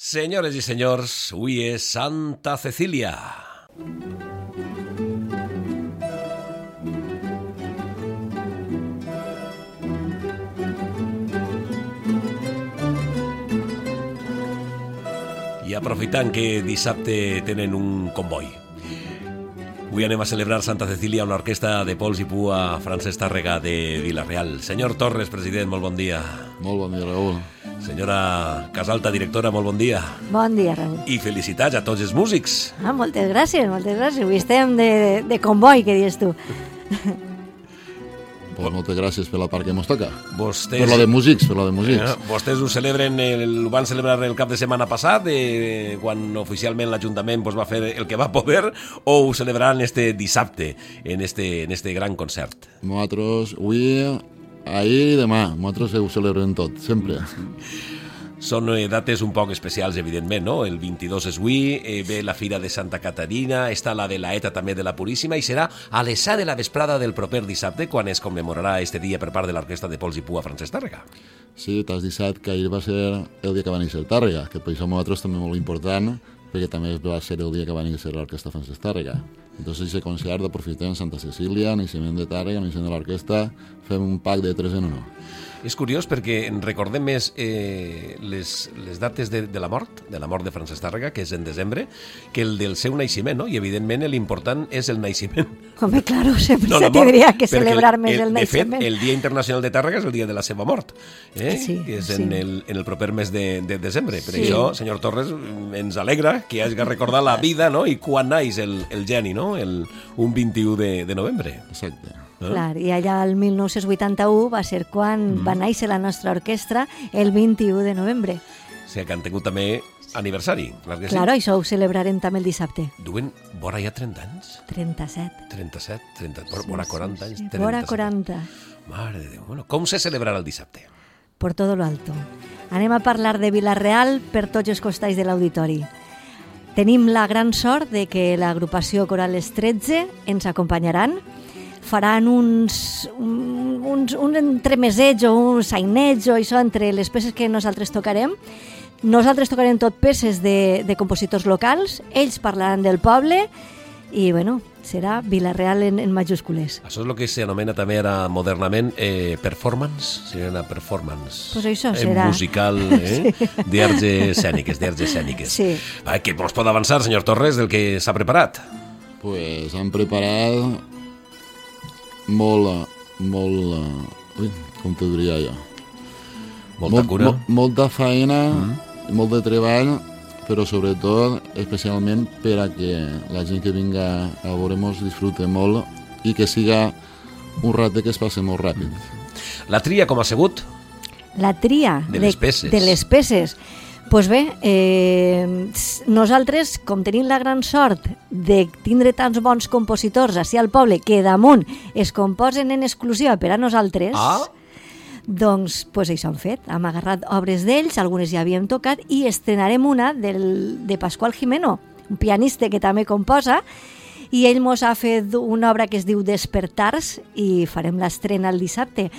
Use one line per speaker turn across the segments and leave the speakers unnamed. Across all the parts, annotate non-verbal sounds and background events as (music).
Senyores i senyors, avui és Santa Cecília. I aprofitant que dissabte tenen un comboi. Avui anem a celebrar Santa Cecília amb l'orquestra de Pols i Pua Francesc Tàrrega de Vilareal. Senyor Torres, president, molt bon dia.
Molt bon dia, Raül.
Senyora Casalta, directora, molt bon dia.
Bon dia, Raül.
I felicitats a tots els músics.
Ah, moltes gràcies, moltes gràcies. Avui estem de, de comboi, que dius tu.
Pues moltes gràcies per la part que mos toca.
Vostès,
Per la de músics, per la de músics.
Eh, vostès ho celebren, el, ho van celebrar el cap de setmana passat, eh, quan oficialment l'Ajuntament pues, va fer el que va poder, o ho celebraran este dissabte, en este, en este gran concert.
Nosaltres, avui, ahir i demà, nosaltres ho celebrem tot, sempre.
Són eh, dates un poc especials, evidentment, no? El 22 és avui, eh, ve la Fira de Santa Caterina, està la de la ETA també de la Puríssima, i serà a les de la vesprada del proper dissabte, quan es commemorarà este dia per part de l'Orquestra de Pols i Pua Francesc Tàrrega.
Sí, t'has deixat que ahir va ser el dia que va néixer Tàrrega, que per això nosaltres també molt important, perquè també va ser el dia que va néixer l'orquestra Francesc Tàrrega. Entonces, aquest concert aprofitem Santa Cecília, naixement de Tàrrega, naixement de l'orquestra, fem un pack de 3 en 1.
És curiós perquè en recordem més eh, les, les dates de, de la mort, de la mort de Francesc Tàrrega, que és en desembre, que el del seu naixement, no? I evidentment l'important és el naixement.
(laughs) Home, claro, sempre
No,
no,
la
se
mort,
tindria que
perquè
celebrar més el,
De fet,
naixement.
el Dia Internacional de Tàrrega és el dia de la seva mort, eh?
Sí,
que és en,
sí.
el, en el proper mes de, de desembre. Per
Sí.
això, senyor Torres, ens alegra que hagi recordat la vida no? i quan naix el, el geni, no? el, un 21 de, de novembre.
Exacte.
Clar, i allà el 1981 va ser quan
Mm-hmm.
mm. va néixer la nostra orquestra el 21 de novembre.
O sigui que han tingut també aniversari. Clar que sí.
Claro, això ho celebrarem també el dissabte.
Duen vora ja 30 anys?
37.
37, 30, vora, vora 40 anys.
Sí,
37.
Vora 40.
Mare de Déu. Bueno, com se celebrarà el dissabte?
Por todo lo alto. Anem a parlar de Vilareal per tots els costalls de l'auditori. Tenim la gran sort de que l'agrupació Corales 13 ens acompanyaran. Faran uns, un- uns, un entremeseig o un saineig o això entre les peces que nosaltres tocarem. Nosaltres tocarem tot peces de, de compositors locals, ells parlaran del poble i, bueno, serà Vilareal en, en majúscules.
Això és el que s'anomena també ara modernament eh, performance. Seria una performance.
Pues això serà.
Eh,
(laughs)
musical, eh? Sí. D'arts escèniques, d'arts escèniques.
Sí.
Va, que ens pot avançar, senyor Torres, del que s'ha preparat?
Pues han preparat molt, eh, molt... eh, Ui, com t'ho diria jo?
Molta
Molt-
cura.
mo- molta feina,
Mhm.
molt de treball, però sobretot, especialment per a que la gent que vinga a veure-nos disfrute molt i que siga un ratet que es passi molt ràpid.
Mhm.
La tria, com ha sigut?
La tria
De les peces.
De les peces. Pues bé, eh, s- nosaltres, com tenim la gran sort de tindre tants bons compositors així al poble, que damunt es composen en exclusiva per a nosaltres,
Ah.
doncs pues això hem fet. Hem agarrat obres d'ells, algunes ja havíem tocat, i estrenarem una del, de Pasqual Jimeno, un pianista que també composa, i ell mos ha fet una obra que es diu Despertars i farem l'estrena el dissabte.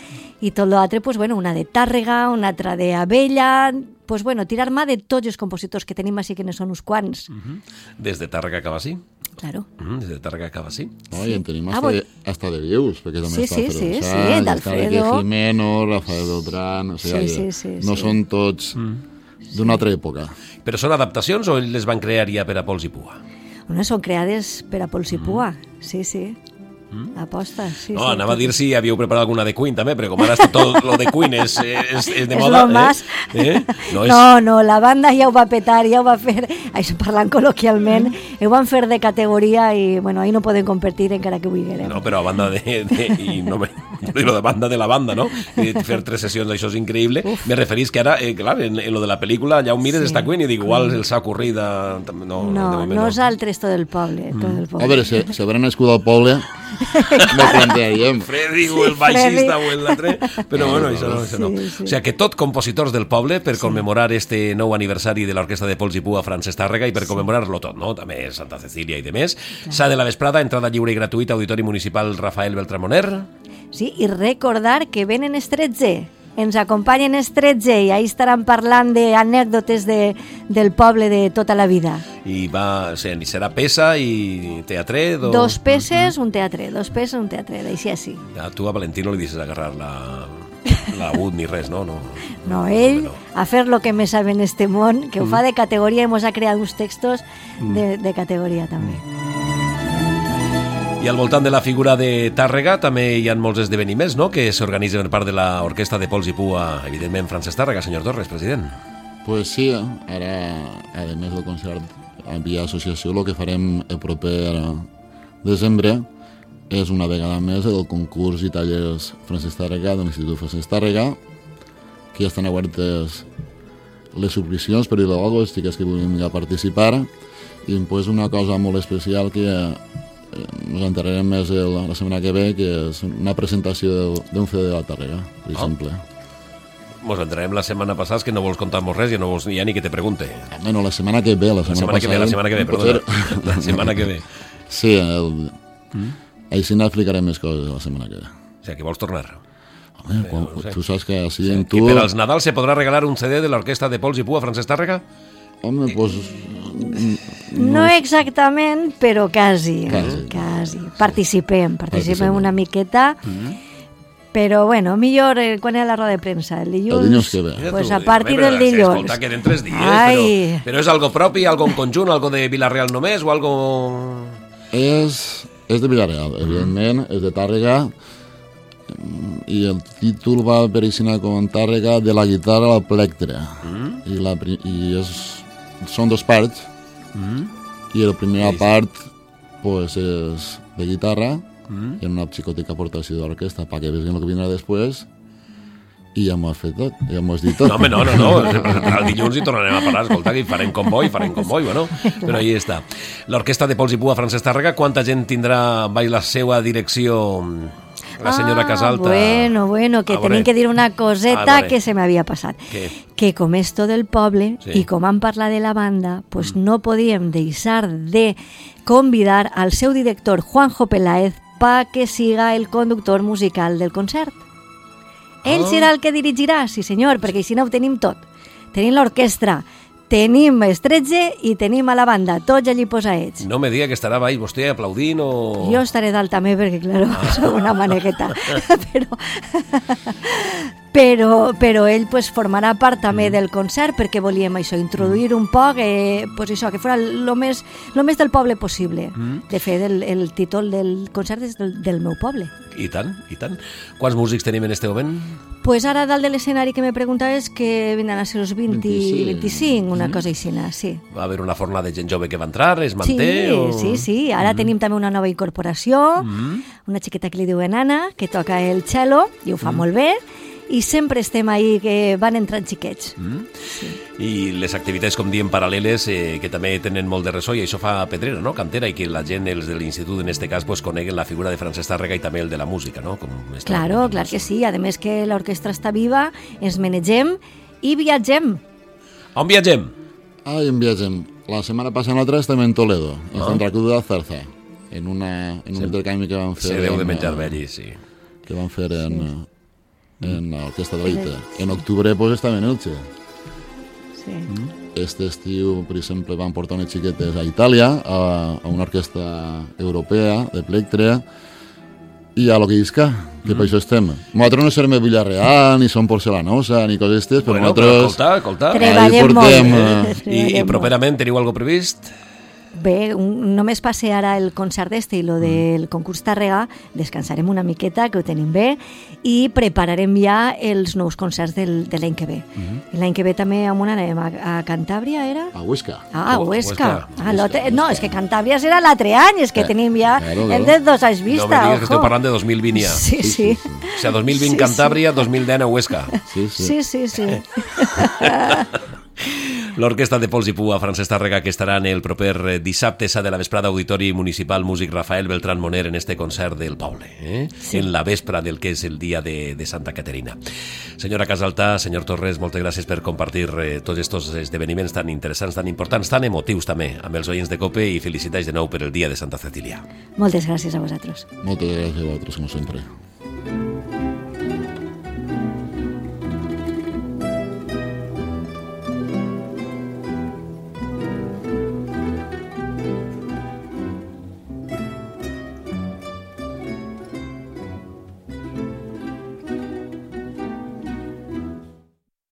I tot l'altre, pues, bueno, una de Tàrrega, una altra de Abella... Pues, bueno, tirar mà de tots els compositors que tenim, així que no són uns quants.
Mhm.
Mm.
Des de Tàrrega cap així?
Claro.
Mm, des de Tàrrega cap així?
No? I en tenim
Ah,
hasta,
bon.
de, hasta de vius, perquè també
Sí,
està
sí,
Alfredo
sí,
Sanz,
sí,
i està
d'Alfredo.
Enrique Jimeno, Rafael Beltrán... O sigui,
Sí, sí, sí,
no
sí. Mm.
són tots d'una altra època.
Però són adaptacions o les van crear ja per a Pols i Pua?
Unes són creades per a Polsipua. Mm. Sí, sí. Mm. Aposta, sí,
Mhm. No,
sí.
anava a dir si havíeu preparat alguna de Queen també, però com ara està tot lo de Queen és, és, és de
és
moda...
lo más...
Eh? Eh?
No,
No, és,
no, la banda ja ho va petar, ja ho va fer, (laughs) això parlant col·loquialment,
Mm.
ho van fer de categoria i, bueno, ahí no poden competir encara que vulguem.
No, però a banda de... de i no me, no digo de banda de la banda, no? Eh, Fer tres sessions, això és increïble. Uf. Me referís que ara, eh, clar, en, en lo de la pel·lícula, ja ho mires,
Sí.
sí. està Queen, i dic, igual els ha ocorrit... A... No, no, de
No,
moment no. Mm.
nosaltres tot el poble, tot el
A
poble.
veure, si, si haurà nascut al poble, no plantejaríem.
Freddy o el
Sí,
baixista
Freddy.
o el altre, però bueno, això no, això no.
Sí, sí.
O sigui que tot compositors del poble per commemorar este nou aniversari de l'orquestra de Pols i Pua Francesc Tàrrega i per commemorar-lo tot, no? També Santa Cecília i de més. S'ha de la vesprada, entrada lliure i gratuïta, Auditori Municipal Rafael Beltramoner.
Sí, i recordar que venen els 13. Ens acompanyen els 13 i ahir estaran parlant d'anècdotes de, del poble de tota la vida.
I va, o sigui, serà peça i teatret? O...
Dos peces, un teatre, dos peces, un teatre, d'així a així.
A tu a Valentí Mm-hmm. no li dices agarrar la, la UD ni res,
(laughs)
no? Mm. No,
No, ell, a fer lo que més sabe en este món, que ho fa de categoria i mos ha creat uns textos
Mm.
de, de categoria també.
I al voltant de la figura de Tàrrega també hi ha molts esdeveniments, no?, que s'organitzen per part de l'orquestra de Pols i Pua, evidentment Francesc Tàrrega, senyor Torres, president.
Pues sí, ara, a més del concert en via associació, el que farem el proper desembre és una vegada més el concurs i tallers Francesc Tàrrega de l'Institut Francesc Tàrrega, que ja estan obertes les subscripcions per il·legals, els xiquets que vulguin venir a participar, i pues, una cosa molt especial que eh, ens enterrarem més el, la setmana que ve, que és una presentació del- d'un CD de la Tàrrega, per exemple.
Mos entrarem la setmana passada, és que no vols contar-nos res i no vols ja ni que te pregunte. La
Ah, Bueno, la setmana que ve, la
setmana
setmana,
que ve, la setmana que ve,
potser-
perdona. Mm? La setmana que ve.
(laughs) Sí, el... així n'explicarem més coses la setmana que ve.
O sigui, que vols tornar.
Home, quan, tu saps que així en
I
tu...
per als Nadal se podrà regalar un CD de l'orquestra de Pols i Pua, Francesc Tàrrega?
Home, doncs...
No exactament, però quasi. Quasi.
Quasi.
quasi. Participem, participem
Participem. Mm-hmm.
una miqueta. Però, bueno, millor eh, quan és la roda de premsa, el dilluns.
dilluns que ve.
Mira
Pues
tu,
a partir
veure,
del
si
dilluns.
Escolta, queden tres dies,
Ai.
però, però és algo propi, algo en conjunt, algo de Vilareal només o algo...
És, és de Vilareal, evidentment, és de Tàrrega, mm, i el títol va apareixent com Tàrrega de la guitarra a la plectra.
Mm.
I, la, pri- i és, són dos parts,
Mm.
i la primera part pues, és de guitarra,
Mm.
i en una psicoteca portació d'orquestra, perquè vegin el que vindrà després, i ja m'ho has fet tot, ja m'ho has dit tot.
No, home, no, no, no. El dilluns hi tornarem a parlar, escolta, que hi farem convoi, farem convoi, bueno, però ahí està. L'orquestra de Pols i Pua, Francesc Tàrrega, quanta gent tindrà baix la seva direcció la senyora
ah,
Casalta? Ah,
Bueno, bueno, que
A veure.
tenim que dir una
A
coseta
veure.
que se m'havia passat.
Què?
Que com és tot el poble
Sí. Mm.
i com han parlat de la banda, pues no podíem deixar de convidar al seu director Juanjo Peláez pa que siga el conductor musical del concert. Ell
Ah.
serà el que dirigirà, sí senyor, perquè si no ho tenim tot. Tenim l'orquestra, tenim Estretge i tenim a la banda, tots allí posaets.
No me diga que estarà baix vostè aplaudint o...
Jo estaré dalt també perquè, claro,
Ah.
(laughs) sóc una manegueta. (laughs) però, però, però ell pues, formarà part també
Mm.
del concert perquè volíem això, introduir un poc, eh, pues, això, que fos el més, lo més del poble possible.
Mm.
De fet, el, el títol del concert és del, del meu poble.
I tant, i tant. Quants músics tenim en este moment?
Pues ara dalt de l'escenari que me preguntaves que vindran a ser els 20 25,
25.
25 una
Mm.
cosa així, sí.
Va haver una fornada de gent jove que va entrar, es
Sí,
manté? o... Mm.
sí, sí. Ara tenim també una nova incorporació, una xiqueta que li diuen Anna, que toca el cello, i ho fa molt bé, i sempre estem ahí que van entrant xiquets.
I les activitats, com diem, paral·leles, eh, que també tenen molt de ressò, i això fa pedrera, no?, cantera, i que la gent, els de l'institut, en este cas, pues, coneguen la figura de Francesc Tàrrega i també el de la música, no? Com està
Claro, clar que sí. A més que l'orquestra està viva, ens menegem i viatgem.
On viatgem?
Ahí en Viagem. Ah, La semana pasada otra estaba en Toledo, en
Oh.
Santa Cruz de la Zarza, en, una, en un intercambio que van a
Se
hacer
deu
en,
de
eh,
menjar eh. bé allí, sí.
que van a hacer en, eh, en la Orquesta de Oita. En octubre pues estaba en Elche.
Sí.
Este estiu, per exemple, van portar unes xiquetes a Itàlia, a, a una orquestra europea de plectre, i a lo que isca,
Mm.
que per això estem. Nosaltres no serem de Villarreal, ni som porcelanosa, ni coses aquestes, però
Bueno, però escolta,
nosaltres...
escolta.
Tre-
ahí
Treballem molt. (laughs)
portem,
Ah, Eh,
eh,
I, I
treballem
properament teniu alguna previst?
Bé, un, només passe ara el concert este i lo del concurs Tàrrega, descansarem una miqueta, que ho tenim bé, i prepararem ja els nous concerts del, de l'any que ve. I L'any que ve també amb una anem a, a Cantàbria, era?
A Huesca.
Ah, a
Hu- Huesca.
Huesca. Ah, l'altre- no, és que Cantàbria serà l'altre any, és que tenim ja...
claro,
Hem
claro.
de dos anys
no
vista,
me digues que
ojo.
estem parlant de 2020 ja.
Sí, sí.
O sigui, 2020 Cantàbria, 2010 a Huesca.
(laughs)
Sí, sí.
Sí, sí, sí.
L'orquestra de Pols i Pua, Francesc Tàrrega, que estaran el proper eh, dissabte, s'ha de la vesprada Auditori Municipal Músic Rafael Beltrán Moner en este concert del poble, eh? sí. en la vespra del que és el dia de, de Santa Caterina. Senyora Casaltà, senyor Torres, moltes gràcies per compartir eh, tots aquests esdeveniments tan interessants, tan importants, tan emotius també, amb els oients de COPE i felicitats de nou per el dia de Santa Cecília.
Moltes gràcies a vosaltres.
Moltes gràcies a vosaltres, com sempre.